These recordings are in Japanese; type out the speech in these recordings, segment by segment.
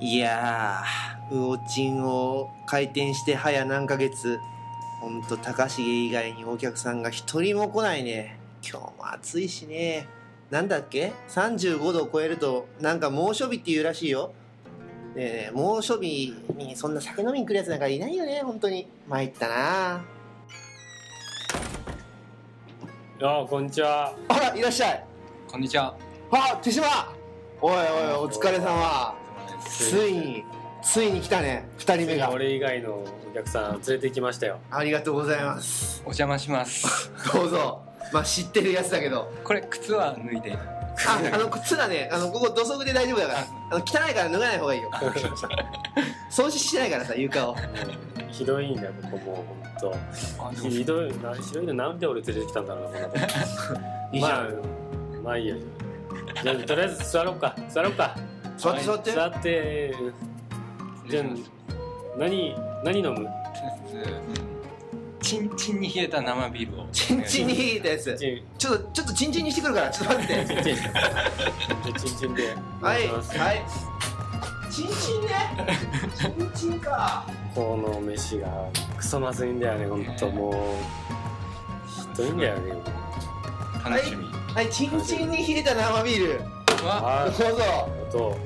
いやー、魚賃を開店して早何ヶ月。ほんと、高重以外にお客さんが一人も来ないね。今日も暑いしね。なんだっけ ?35 度を超えると、なんか猛暑日っていうらしいよ。ねえねえ猛暑日にそんな酒飲みに来るやつなんかいないよね、本当に。参ったなああこんにちはあら、いらっしゃい。こんにちは。あ、手島おいおい、お疲れ様。ついに、ついに来たね、二人目が。俺以外のお客さん連れてきましたよありがとうございます。お邪魔します。どうぞ。まあ、知ってるやつだけ ど。これ靴は脱いで。あ、あの、靴だね、あの、ここ土足で大丈夫だから。あの、汚いから脱がない方がいいよ。掃除してないからさ、床を。もうひどいんだよここもうほんあとひどいなひどいのなんで俺連れてきたんだろうなこんなとこいいじゃん。まあまあいいやじゃあとりあえず座ろうか座ろうか座って座って。座ってじゃ何何飲むチンチンに冷えた生ビールを。チンチンにお願いし引いたやつ。チンちょっと、ちょっとチンチンにしてくるから、ちょっと待って。チンチンじゃあチンチンでおは願い、しますはい。チンチンね。チンチンか。この飯がクソまずいんだよねほんともうひどいんだよねます。楽しみ。はい、チンチンに冷えた生ビール。わあどうーぞ。あと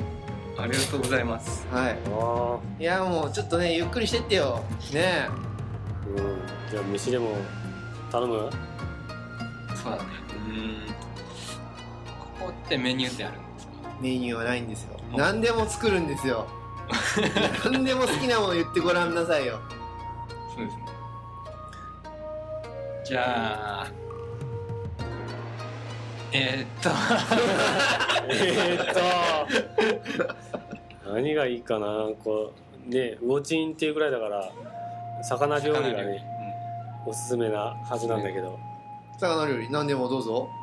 ありがとうございます。はい。ああいや、もう、ちょっとね、ゆっくりしてってよ。ねうんじゃあ飯でも頼むそうだね。うん。ここってメニューってあるんですか。えメニューはないんですよ。何でも作るんです よ。何でも好きなもの言ってごらんなさいよ。そうですね。じゃあ。えー、っと。えーっと何がいいかなこうね魚チンっていうぐらいだから魚料理がねおすすめなはずなんだけど魚料理、何でもどうぞ。うん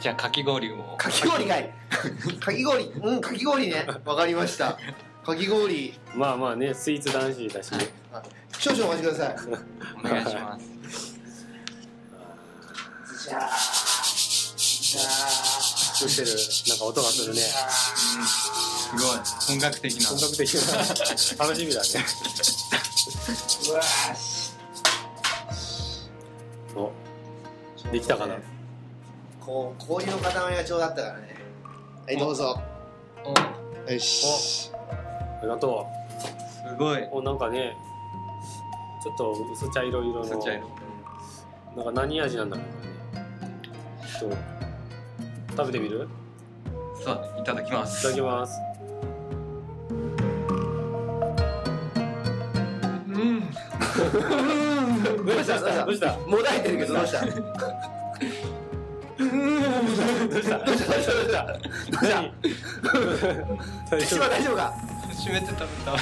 じゃあかき氷を。かき氷かい。かき氷。うん、かき氷ね。わかりました。かき氷。まあまあねスイーツ男子だしね少々お待ちください。お願いします。じゃあ、じゃあ。作ってるなんか音がするねすごい本格的な。本格的な楽しみだねうわーしおできたかなこう氷の塊がちょうどあったからねはいどうぞおよしありがと。すごいうおなんかねちょっと薄茶色色のそっちゃいの。なんか何味なんだろうね。ちょっと食べてみる？そうだね。いただきまいすただ。きます。うん。どうしたどうしたどうした？もだえてるけどどう したどうどうした？どうした？どうした？どうした？大した丈島大丈夫か閉めて食べた。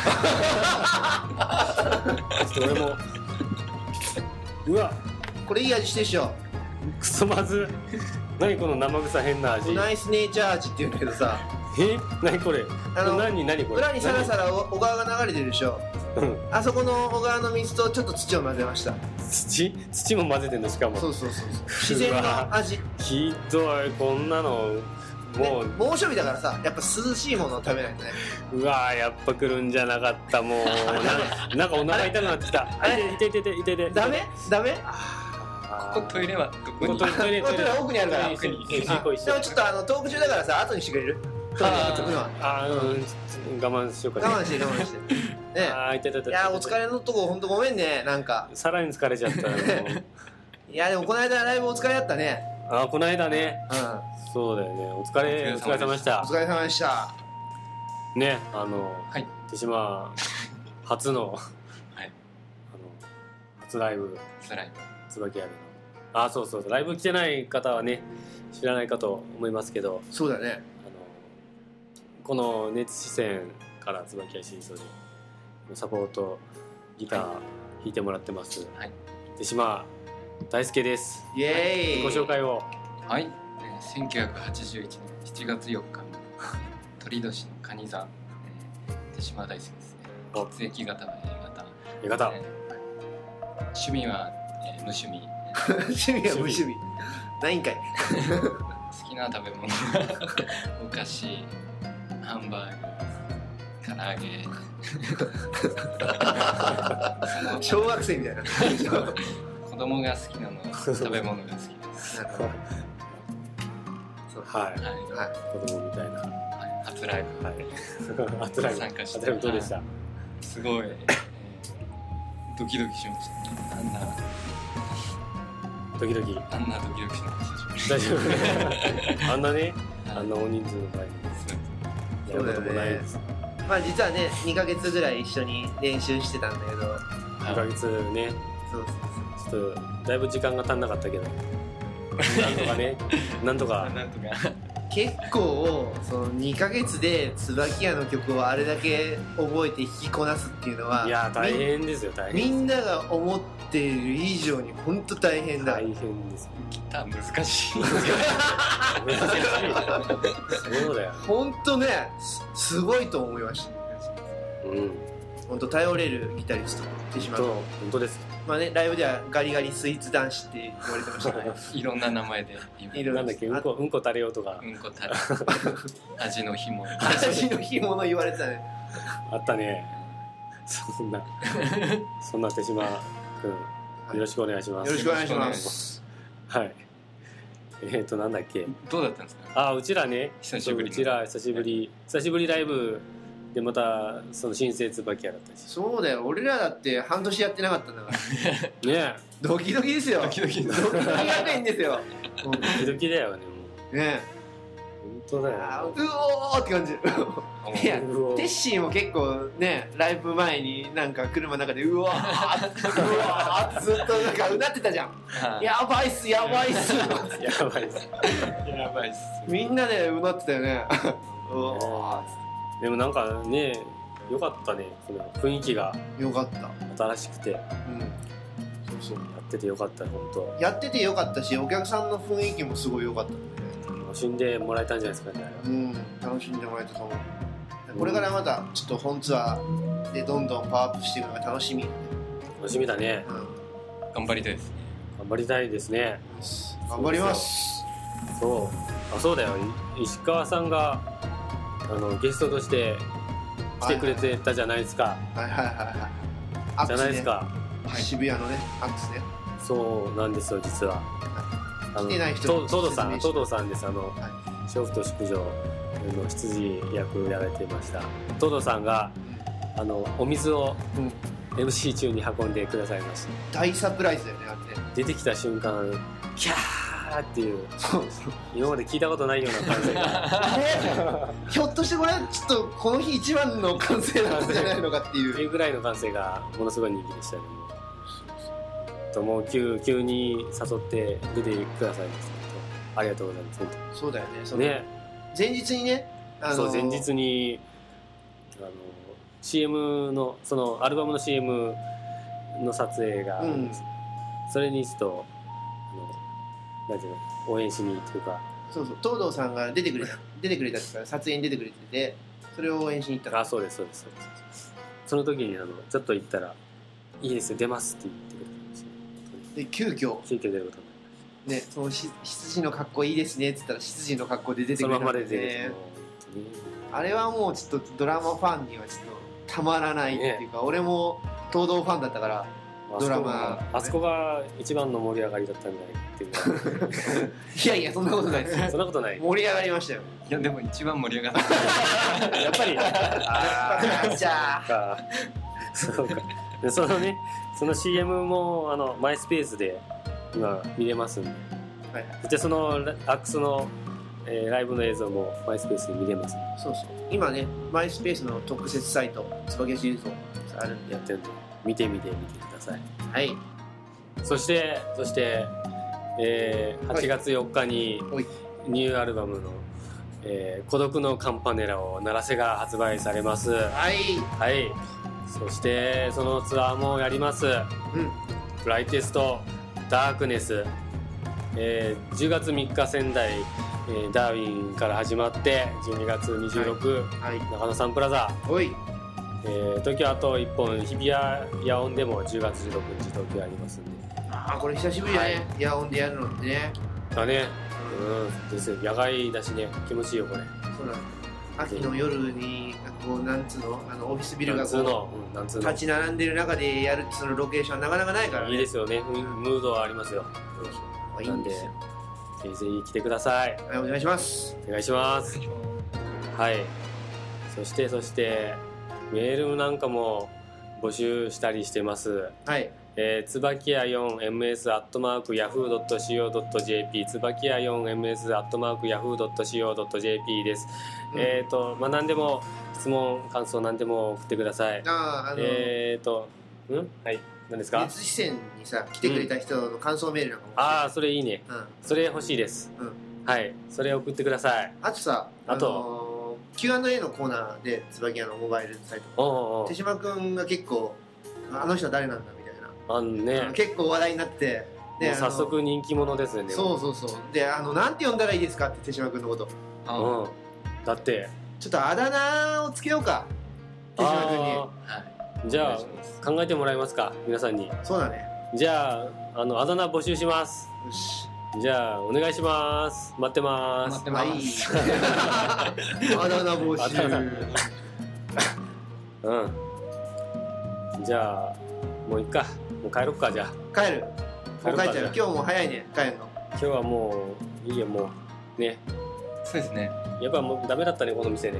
夫。ちょっと俺も。うわ、これいい味してるでしょくそまずい。何この生臭変な味。ナイスネイチャー味って言うんだけどさえ？何これ？あの何何これ？裏にさらさらお小川が流れてるでしょ何。うんあそこの小川の水とちょっと土を混ぜました土土も混ぜてんのしかも。そうそうそうそう自然の味ひどいこんなのもねう猛暑日だからさやっぱ涼しいものを食べないとねうわーやっぱ来るんじゃなかったもうななんかお腹痛くなってきたあれ痛い痛い痛い痛い痛いダメダメあここートイレはどこここにトイレトイレこれ奥にあるからトイレ奥に一個一で個もちょっとあのトーク中だからさ後にしてくれるトイレ行っとくのはあーうんちょっと我慢しようか我慢して我慢してねえあー痛い痛い痛いいやーお疲れのとこ本当ごめんねなんかさらに疲れちゃ ったよもういやーでもこの間ライブお疲れだったねあーこの間ねうんそうだよねお疲れおお疲疲れれ様です様でしたお疲れ様でしたねあのはい手島初のはいあの初ライブつらい椿屋でのあーそうそうそうライブ来てない方はね知らないかと思いますけどそうだねあのこの熱視線から椿屋シーソーでサポートギター弾いてもらってます、はい手島大輔ですイエーイご紹介をはい、えー、1981年7月4日鳥年の蟹座、えー、手島大輔ですねお血液型は A 型、絵方え ー趣味は、えー無趣味えー 趣味は無趣味ないんかい好きな食べ物はお菓子ハンバーグ唐揚げ小学生みたいな。子供が好きなのは食べ物が好きですそうは。はい、はい子供みたいな。はいはい、初ライブい。あつらい。参加しあつてらいどうでした。すごい、えードキドキしましたあんなドキドキ。あんなドキドキしました大 丈夫。あんなね、あんなはい大人数の場合にやることもないです。い。まあ実はね、2ヶ月ぐらい一緒に練習してたんだけど、 2ヶ月ね、そうそうそう。ちょっとだいぶ時間が足んなかったけど、なんとか ね、なんとあか。なんとか結構、その2ヶ月で椿屋の曲をあれだけ覚えて弾きこなすっていうのは、いやー大変ですよ大みんみんな変。が思っている以上に本当大変だ。大変です。ギター難しい難しい。そうだよ。本当ね、すすごいと思いました。うん。本当頼れるギタリスト手島と君本当です。まあねライブではガリガリスイーツ男子って言われてました ねいろんな名前で今いろいろなんだっけうんこうんこ垂れようとかうんこたれ味の紐私の干物言われてたねあったね。そ んなそんな手島君はいよろしくお願いしまよろしす。くお願いしよろしくお願まいしますはい。えっとなんだっけ。どうだったんですかあうちらね久しぶりうのちら久しぶり久しぶりライブでまたその新生椿屋だったしそうだよ俺らだって半年やってなかったんだから ねドキ ドキですよドキドキドキドキ学園ですようんねえ時々だよねもえう本当だよあーうおーって感じ いやうおテッシーも結構ねライブ前になんか車の中でうわーってうわーってずっとなんか うなってたじゃんはいやばいっすやばいっす やばいですやばいっすみんなでうなってたよ ねうおでもなんかねよかったねその雰囲気がーよかった新しくてやうん、そうそうっててよかった本当やっててよかったしお客さんの雰囲気もすごいよかったの楽しんでもらえたんじゃないですかねで、うん、楽しんでもらえたと思うこれからまたちょっと本ツアーでどんどんパワーアップしていくのが楽しみ、うん、楽しみだね頑張りたいですね頑張りたいですね頑張りますそうあそうだよい石川さんがあのゲストとして来てくれてたじゃないですかはいはいはいはいアじゃないですかね、渋谷のねアックスねそうなんですよ実は。あの来てない人とに東堂さん説東明堂さんですあの、は娼婦と淑女の羊役をやられていました東堂さんがあのお水をうん MC 中に運んでくださいました大サプライズだよねあれね出てきた瞬間キャーっていうそうそう今まで聞いたことないような感 じがあれひょっとしてこれちょっとこの日一番の完成なんじゃないのかってってい いううぐらいの感性がものすごい人気でしたねともう急急に誘って出てくださいましたありがとうございます本そうだよね当そのね前日にねあのそう前日にあの CM のそのアルバムの CM の撮影があるんです、それにちょっとあのなんていうの応援しにというかそうそう東堂さんが出てくれた出てくれたっていうか撮影に出てくれててそれを応援しに行ったのあそうですそうですそうですその時にあのちょっと行ったら「いいですよ出ます」って言ってくれたんですよで急遽急遽出ることにねそのし羊の格好いいですねっつったら羊の格好で出てそくのれままたんでで出てねもう本あれはもうちょっとドラマファンにはちょっとたまらないっていうか、俺も東堂ファンだったから当にドラマあそこがあそこが一番の盛り上がりだったんじゃないかっていうぐ らいいやいやそんなことないですよそんなことない 盛り上がりましたよいやでも一番盛り上がっやっぱりあーじゃあかそうかでそのねその CM もあのマイスペースで今見れますんで、はいでそのラアックスの、えーライブの映像もマイスペースで見れますんでそうそう今ねマイスペースの特設サイト椿シリーズあるんでやってるんで見てみて見てくださいはいそしてそして、えーはい8月4日にはいニューアルバムの「えー孤独のカンパネラ」を鳴らせが発売されますはいはいそしてそのツアーもやりますうんブライテストダークネス、えー10月3日仙台、えーダーウィンから始まって12月26、はい中野サンプラザ、おいえー東京あと1本日比谷野音でも10月16日東京ありますんであーこれ久しぶりだね、イヤホンでやるのってねだねうんですよ野外だしね気持ちいいよこれそうなんです秋の夜にこうなんつうのあのオフィスビルが夏この、うん、夏うの立ち並んでる中でやるそのロケーションはなかなかないからねいいですよねうんムードはありますよまあいいなんんでですよぜひぜひ来てくださいはいお願いしますお願いしますはいそしてそしてメールなんかも募集したりしてますはいえー、椿屋 4ms.yahoo.co.jp 椿屋 4ms.yahoo.co.jp です、うんえっ、と、まあ、何でも質問感想何でも送ってくださいあああの、えっ、とんはい何ですか熱視線にさ来てくれた人の感想メールなんかも、ああそれいいねうん、それ欲しいです、うんはいそれ送ってくださいあとさあのとー Q&A のコーナーで椿屋のモバイルサイトおうおう手島君が結構あの人は誰なんだみたいなあのね結構話題になっててもう早あ速人気者ですねのでそもうそうそうであのなんて呼んだらいいですかって手島君のことあはうんだってちょっとあだ名をつけようか手島君にあいーじゃお願いしますあ考えてもらえますか皆さんにそうだねじゃああのあだ名募集しますよしじゃあお願いします待ってま待すってはますい あだ名募あだ名集うんじゃあもういっかもう帰ろっかじゃあ帰るもう帰っちゃう帰る今か日もう早いね帰るの今日はもういいよもうねそうですねやっぱもうダメだったねこの店ね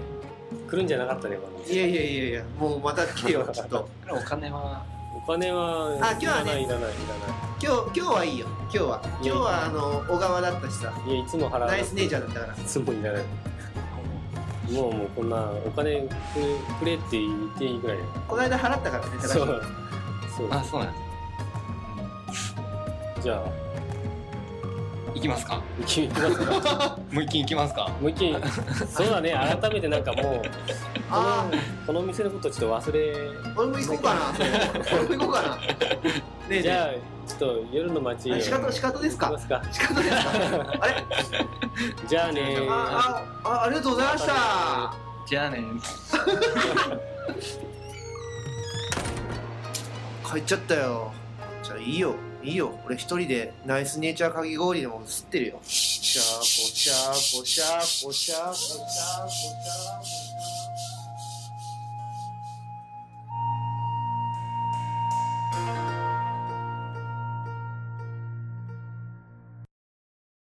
来るんじゃなかったねこいの店やいやいやいやもうまた来て よきっとお金はお金はあ今日はねいらないいらないい今日今日はいいよ今日は今日はあの小川だったしさらないいやいつも払わなナいイいス姉ちゃんだったからつもいらないもうもうこんなお金くれくれって言っていいぐらいだよこの間払ったからね高そ橋うそうあそうなんでじゃあすいきますか行き行きますかもう一軒行きますかもう一軒 そうだね改めてなんかもうあこのこの店のことちょっと忘れあ俺も行こう かな俺も行こうかなねえじねゃあちょっと夜の街えあ仕方仕方です行きかますか仕方ですかあれじゃあねあああありがとうございましたじゃあね帰っちゃったよじゃあいいよいいよ俺一人でナイスネイチャーかき氷でも吸ってるよシャーコシャーコシャーコシャーコシャーコシャーコ